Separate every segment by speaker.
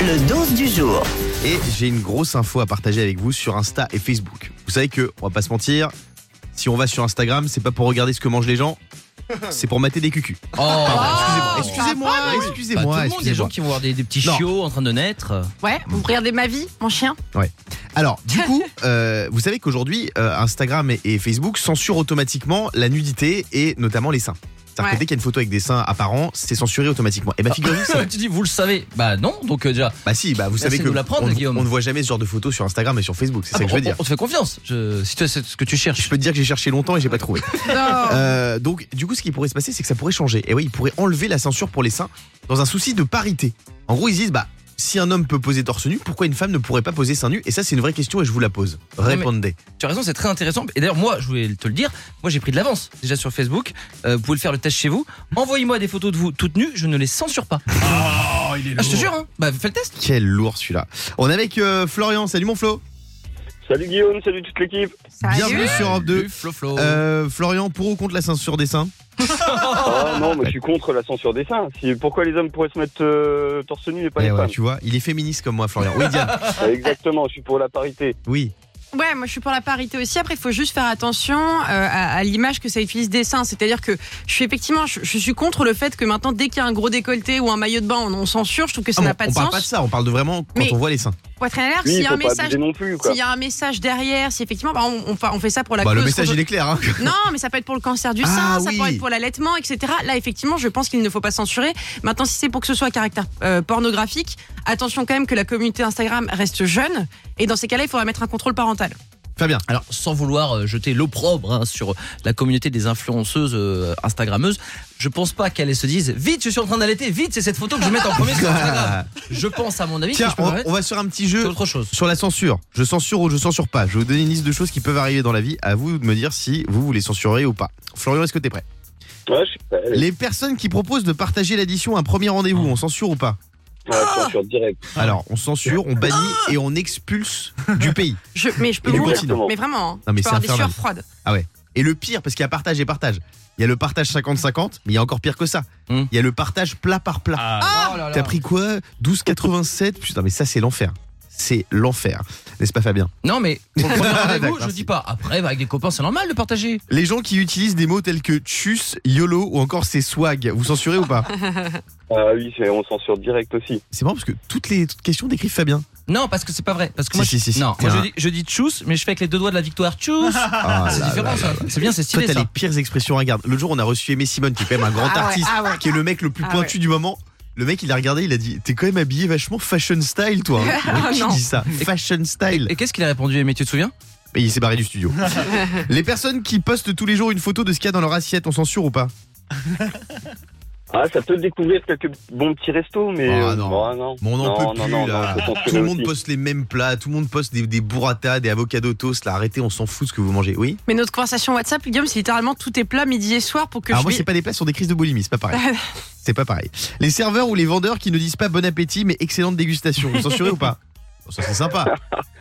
Speaker 1: Le 12 du jour.
Speaker 2: Et j'ai une grosse info à partager avec vous sur Insta et Facebook. Vous savez que, on va pas se mentir, si on va sur Instagram, c'est pas pour regarder ce que mangent les gens, c'est pour mater des cucus.
Speaker 3: Oh,
Speaker 2: Pardon, excusez-moi, excusez-moi,
Speaker 3: Bah,
Speaker 2: excusez-moi,
Speaker 3: tout le monde, il y a des gens
Speaker 2: excusez-moi.
Speaker 3: qui vont voir des, des petits
Speaker 2: Non.
Speaker 3: chiots en train de naître.
Speaker 4: Ouais, vous regardez ma vie, mon chien.
Speaker 2: Alors, du coup, euh, vous savez qu'aujourd'hui, euh, Instagram et, et Facebook censurent automatiquement la nudité et notamment les seins. C'est-à-dire que
Speaker 4: Ouais.
Speaker 2: dès qu'il y a une photo avec des seins apparents, c'est censuré automatiquement. Et bah, figurez-vous, ça-
Speaker 3: tu dis, vous le savez. Bah non, donc euh, déjà,
Speaker 2: bah si, bah vous
Speaker 3: Merci
Speaker 2: savez
Speaker 3: de
Speaker 2: que
Speaker 3: nous l'apprendre,
Speaker 2: on, ne-
Speaker 3: Guillaume.
Speaker 2: on ne voit jamais ce genre de photos sur Instagram et sur Facebook, c'est ça
Speaker 3: ah,
Speaker 2: que je veux
Speaker 3: on-
Speaker 2: dire.
Speaker 3: on te fait confiance. Je- si tu sais ce que tu
Speaker 2: Je
Speaker 3: cherches.
Speaker 2: peux te dire que j'ai cherché longtemps et j'ai pas trouvé.
Speaker 4: Non.
Speaker 2: Euh, donc, du coup, ce qui pourrait se passer, c'est que ça pourrait changer. Et oui, ils pourraient enlever la censure pour les seins dans un souci de parité. En gros, ils disent, bah, si un homme peut poser torse nu, pourquoi une femme ne pourrait pas poser seins nus Et ça, c'est une vraie question et je vous la pose.
Speaker 3: mais-
Speaker 2: Répondez.
Speaker 3: Tu as raison, c'est très intéressant. Et d'ailleurs, moi, je voulais te le dire, moi j'ai pris de l'avance déjà sur Facebook. Euh, vous pouvez le faire le test chez vous. Envoyez-moi des photos de vous toutes nues, je ne les censure pas.
Speaker 2: Oh,
Speaker 3: Ah, je te jure, hein. Bah fais le test.
Speaker 2: Quel lourd celui-là. On est avec euh, Florian. Salut mon Flo.
Speaker 5: Salut Guillaume, salut toute l'équipe.
Speaker 4: Sérieux
Speaker 2: Bienvenue sur Europe 2.
Speaker 3: Du Flo, Flo.
Speaker 2: Euh, Florian, pour ou contre la censure des seins
Speaker 4: Oh.
Speaker 5: Ah non, mais je suis contre la censure des seins. Si- pourquoi les hommes pourraient se mettre euh, torse nu et pas
Speaker 2: Eh
Speaker 5: les
Speaker 2: ouais,
Speaker 5: femmes
Speaker 2: Tu vois, il est féministe comme moi, Florian. Oui, Diane.
Speaker 5: Ouais, Exactement, je suis pour la parité.
Speaker 2: Oui.
Speaker 4: Ouais, moi je suis pour la parité aussi. Après, il faut juste faire attention euh, à, à l'image que ça utilise des seins. C'est-à-dire que je suis effectivement, je, je suis contre le fait que maintenant, dès qu'il y a un gros décolleté ou un maillot de bain, on, on censure. Je trouve que ça
Speaker 2: Ah,
Speaker 4: n'a
Speaker 2: on
Speaker 4: pas
Speaker 2: on
Speaker 4: de
Speaker 2: parle
Speaker 4: sens.
Speaker 2: pas de ça, on parle de vraiment quand
Speaker 4: Mais-
Speaker 2: on voit les seins.
Speaker 4: Poitrine à l'air, Ah,
Speaker 5: Oui,
Speaker 4: s'il y
Speaker 5: il
Speaker 4: a
Speaker 5: faut
Speaker 4: un
Speaker 5: pas
Speaker 4: message,
Speaker 5: abuser non plus. Quoi.
Speaker 4: s'il y a un message derrière, si effectivement, par exemple, on, on- on fait ça pour la
Speaker 2: Bah,
Speaker 4: cause.
Speaker 2: le message,
Speaker 4: on-
Speaker 2: il est clair. hein.
Speaker 4: Non, mais ça peut être pour le cancer du sein,
Speaker 2: Ah
Speaker 4: ça
Speaker 2: oui.
Speaker 4: peut être pour l'allaitement, etc. Là, effectivement, je pense qu'il ne faut pas censurer. Maintenant, si c'est pour que ce soit à caractère euh, pornographique, attention quand même que la communauté Instagram reste jeune. Et dans ces cas-là, il faudra mettre un contrôle parental.
Speaker 2: Fabien.
Speaker 3: Alors, sans vouloir euh, jeter l'opprobre hein, sur la communauté des influenceuses euh, Instagrammeuses, je pense pas qu'elles se disent vite, je suis en train d'allaiter, vite, c'est cette photo que je vais mettre en premier sur Instagram. Je pense, à mon avis,
Speaker 2: Tiens,
Speaker 3: si je peux me
Speaker 2: on,
Speaker 3: permettre,
Speaker 2: on va sur un petit
Speaker 3: c'est
Speaker 2: jeu.
Speaker 3: autre chose.
Speaker 2: Sur la censure, je censure ou je censure pas. Je vais vous donner une liste de choses qui peuvent arriver dans la vie. À vous de me dire si vous voulez censurer ou pas. Florian, est-ce que t'es prêt
Speaker 5: Ouais, je suis pas-
Speaker 2: Les personnes qui proposent de partager l'addition à un premier rendez-vous, on censure ou pas
Speaker 5: ouais,
Speaker 4: Ah.
Speaker 5: censure directe.
Speaker 2: Alors, on censure, on bannit et on expulse du pays.
Speaker 4: Je, mais je peux
Speaker 2: Et du
Speaker 4: mourir.
Speaker 2: continent.
Speaker 4: Mais vraiment, hein.
Speaker 2: Non, mais
Speaker 4: je peux
Speaker 2: c'est
Speaker 4: avoir des
Speaker 2: infernal.
Speaker 4: sueurs froides.
Speaker 2: Et le pire, parce qu'il y a partage et partage. Il y a le partage 50-50, mais il y a encore pire que ça.
Speaker 3: Hmm.
Speaker 2: Il y a le partage plat par plat.
Speaker 3: Oh là là.
Speaker 2: Ah T'as pris quoi 12,87 Putain, mais ça, c'est l'enfer. C'est l'enfer. N'est-ce pas, Fabien
Speaker 3: Non, mais pour le premier rendez-vous,
Speaker 2: D'accord,
Speaker 3: je
Speaker 2: merci.
Speaker 3: dis pas. Après, bah, avec des copains, c'est normal de partager.
Speaker 2: Les gens qui utilisent des mots tels que tchuss, yolo ou encore c'est swag, vous censurez ou pas
Speaker 5: Ah oui, c'est- on censure direct aussi.
Speaker 2: C'est marrant parce que toutes les toutes questions décrivent Fabien.
Speaker 3: Non, parce que c'est pas vrai. Parce que
Speaker 2: Si,
Speaker 3: moi,
Speaker 2: si, si, si.
Speaker 3: non,
Speaker 2: T'es
Speaker 3: moi je,
Speaker 2: un-
Speaker 3: dis, je dis tchuss, mais je fais avec les deux doigts de la victoire tchuss.
Speaker 2: Ah
Speaker 3: c'est
Speaker 2: là
Speaker 3: différent,
Speaker 2: là.
Speaker 3: ça. C'est bien, c'est
Speaker 2: Toi,
Speaker 3: stylé
Speaker 2: t'as
Speaker 3: ça.
Speaker 2: les pires expressions à garde. L'autre jour, on a reçu Aimé Simone, qui est quand même un grand
Speaker 4: Ah ouais,
Speaker 2: artiste,
Speaker 4: ah ouais.
Speaker 2: qui est le mec le plus
Speaker 4: Ah
Speaker 2: pointu du moment. Le mec, il a regardé, il a dit T'es quand même habillé vachement fashion style, toi. hein.
Speaker 4: Ah
Speaker 2: Qui
Speaker 4: non.
Speaker 2: dit ça Fashion style.
Speaker 3: Et qu'est-ce qu'il a répondu, mais tu te souviens
Speaker 2: Et il s'est barré du studio. les personnes qui postent tous les jours une photo de ce qu'il y a dans leur assiette, on censure ou pas
Speaker 5: Ah, ça peut découvrir quelques bons petits restos, mais.
Speaker 2: Ah,
Speaker 5: euh,
Speaker 2: non.
Speaker 5: ah, non.
Speaker 2: Mais on n'en
Speaker 5: Non,
Speaker 2: peut
Speaker 5: non,
Speaker 2: plus,
Speaker 5: non,
Speaker 2: là.
Speaker 5: non, faut censurer
Speaker 2: Tout le monde
Speaker 5: aussi.
Speaker 2: poste les mêmes plats, tout le monde poste des, des burrata, des avocados toast. Là, arrêtez, on s'en fout ce que vous mangez. Oui
Speaker 4: Mais notre conversation WhatsApp, Guillaume, c'est littéralement tout est plat midi et soir pour que
Speaker 2: Alors, Ah,
Speaker 4: je.
Speaker 2: moi,
Speaker 4: lui-
Speaker 2: c'est pas des plats, ce sont des crises de boulimie, c'est pas pareil. C'est pas pareil. Les serveurs ou les vendeurs qui ne disent pas bon appétit mais excellente dégustation, vous censurez ou pas Bon, Ça c'est sympa.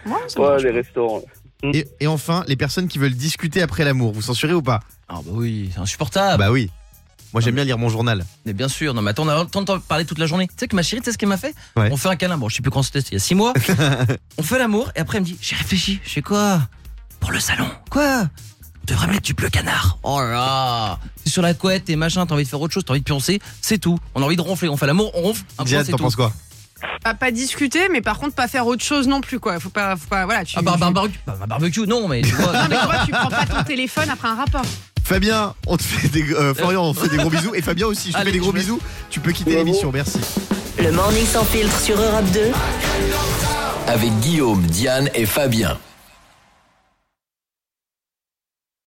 Speaker 4: Ouais, c'est bon.
Speaker 5: Ouais, les restaurants.
Speaker 2: Et, et enfin, les personnes qui veulent discuter après l'amour, vous censurez ou pas
Speaker 3: Ah, bah oui, c'est insupportable.
Speaker 2: Bah oui. Moi j'aime bien lire mon journal.
Speaker 3: Mais bien sûr, non, mais attends, on a le temps de t'en parler toute la journée. Tu sais que ma chérie, tu sais ce qu'elle m'a fait
Speaker 2: Ouais.
Speaker 3: On fait un câlin. Bon, je sais plus quand c'était, c'était il y a 6 mois. on fait l'amour et après, elle me dit J'ai réfléchi, je sais quoi Pour le salon. Quoi On devrait me mettre du bleu canard. Oh là là T'es sur la couette et machin, t'as envie de faire autre chose, t'as envie de pioncer, c'est tout. On a envie de ronfler, on fait l'amour, on ronfle, un point,
Speaker 2: Diane,
Speaker 3: Ah, c'est
Speaker 2: t'en
Speaker 3: tout.
Speaker 2: penses quoi
Speaker 4: Pas, pas discuter, mais par contre, pas faire autre chose non plus, quoi. Faut pas. Faut pas voilà, tu.
Speaker 3: Ah, bah, bah, barbecue, bah, bah, barbecue, non, mais tu vois.
Speaker 4: Non, mais toi, tu prends pas ton téléphone après un rapport.
Speaker 2: Fabien, on te fait des, euh, Florian, on te fait des gros bisous. Et Fabien aussi, je te
Speaker 3: Allez,
Speaker 2: fais des gros
Speaker 3: je vais-
Speaker 2: bisous. Tu peux quitter
Speaker 5: Bravo.
Speaker 2: l'émission, merci.
Speaker 1: Le morning sans filtre sur Europe 2.
Speaker 6: avec Guillaume, Diane et Fabien.